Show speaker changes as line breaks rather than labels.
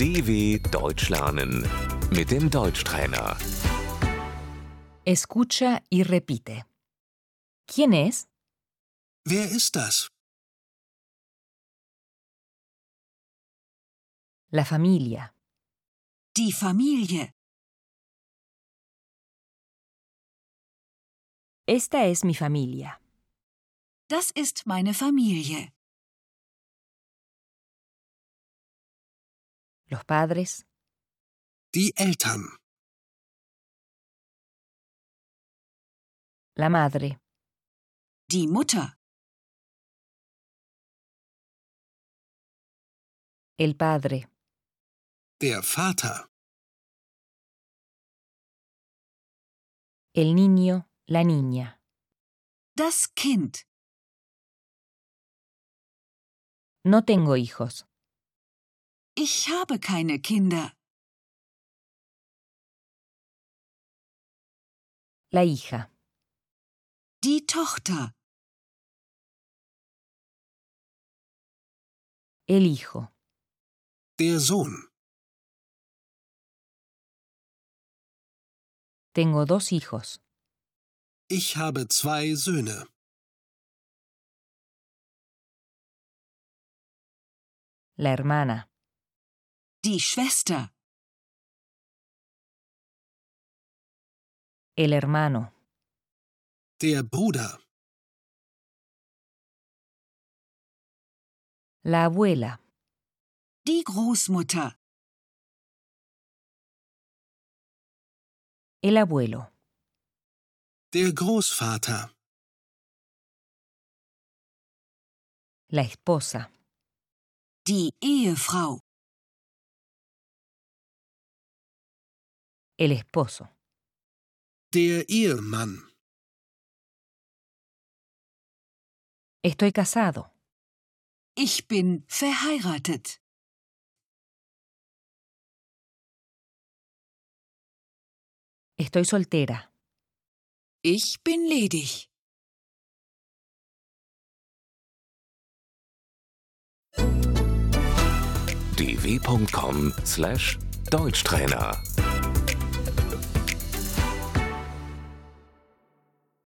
DW Deutsch lernen mit dem Deutschtrainer.
Escucha y repite. ¿Quién es?
Wer ist das?
La familia.
Die Familie.
Esta es mi familia.
Das ist meine Familie.
Los padres,
Die Eltern.
la madre,
Die Mutter.
el padre,
Der Vater.
el niño, la niña,
Das Kind.
No tengo hijos.
Ich habe keine Kinder.
La hija,
Die Tochter.
el hijo,
Der Sohn.
tengo dos hijos,
Ich habe zwei Söhne.
la hermana,
Die Schwester.
el hermano,
Der Bruder.
la abuela,
Die Großmutter.
el abuelo,
Der Großvater.
la esposa,
Die Ehefrau.
el esposo,
Der Ehemann.
estoy casado,
Ich bin verheiratet.
estoy soltera,
Ich bin ledig.
dw.com/deutschtrainer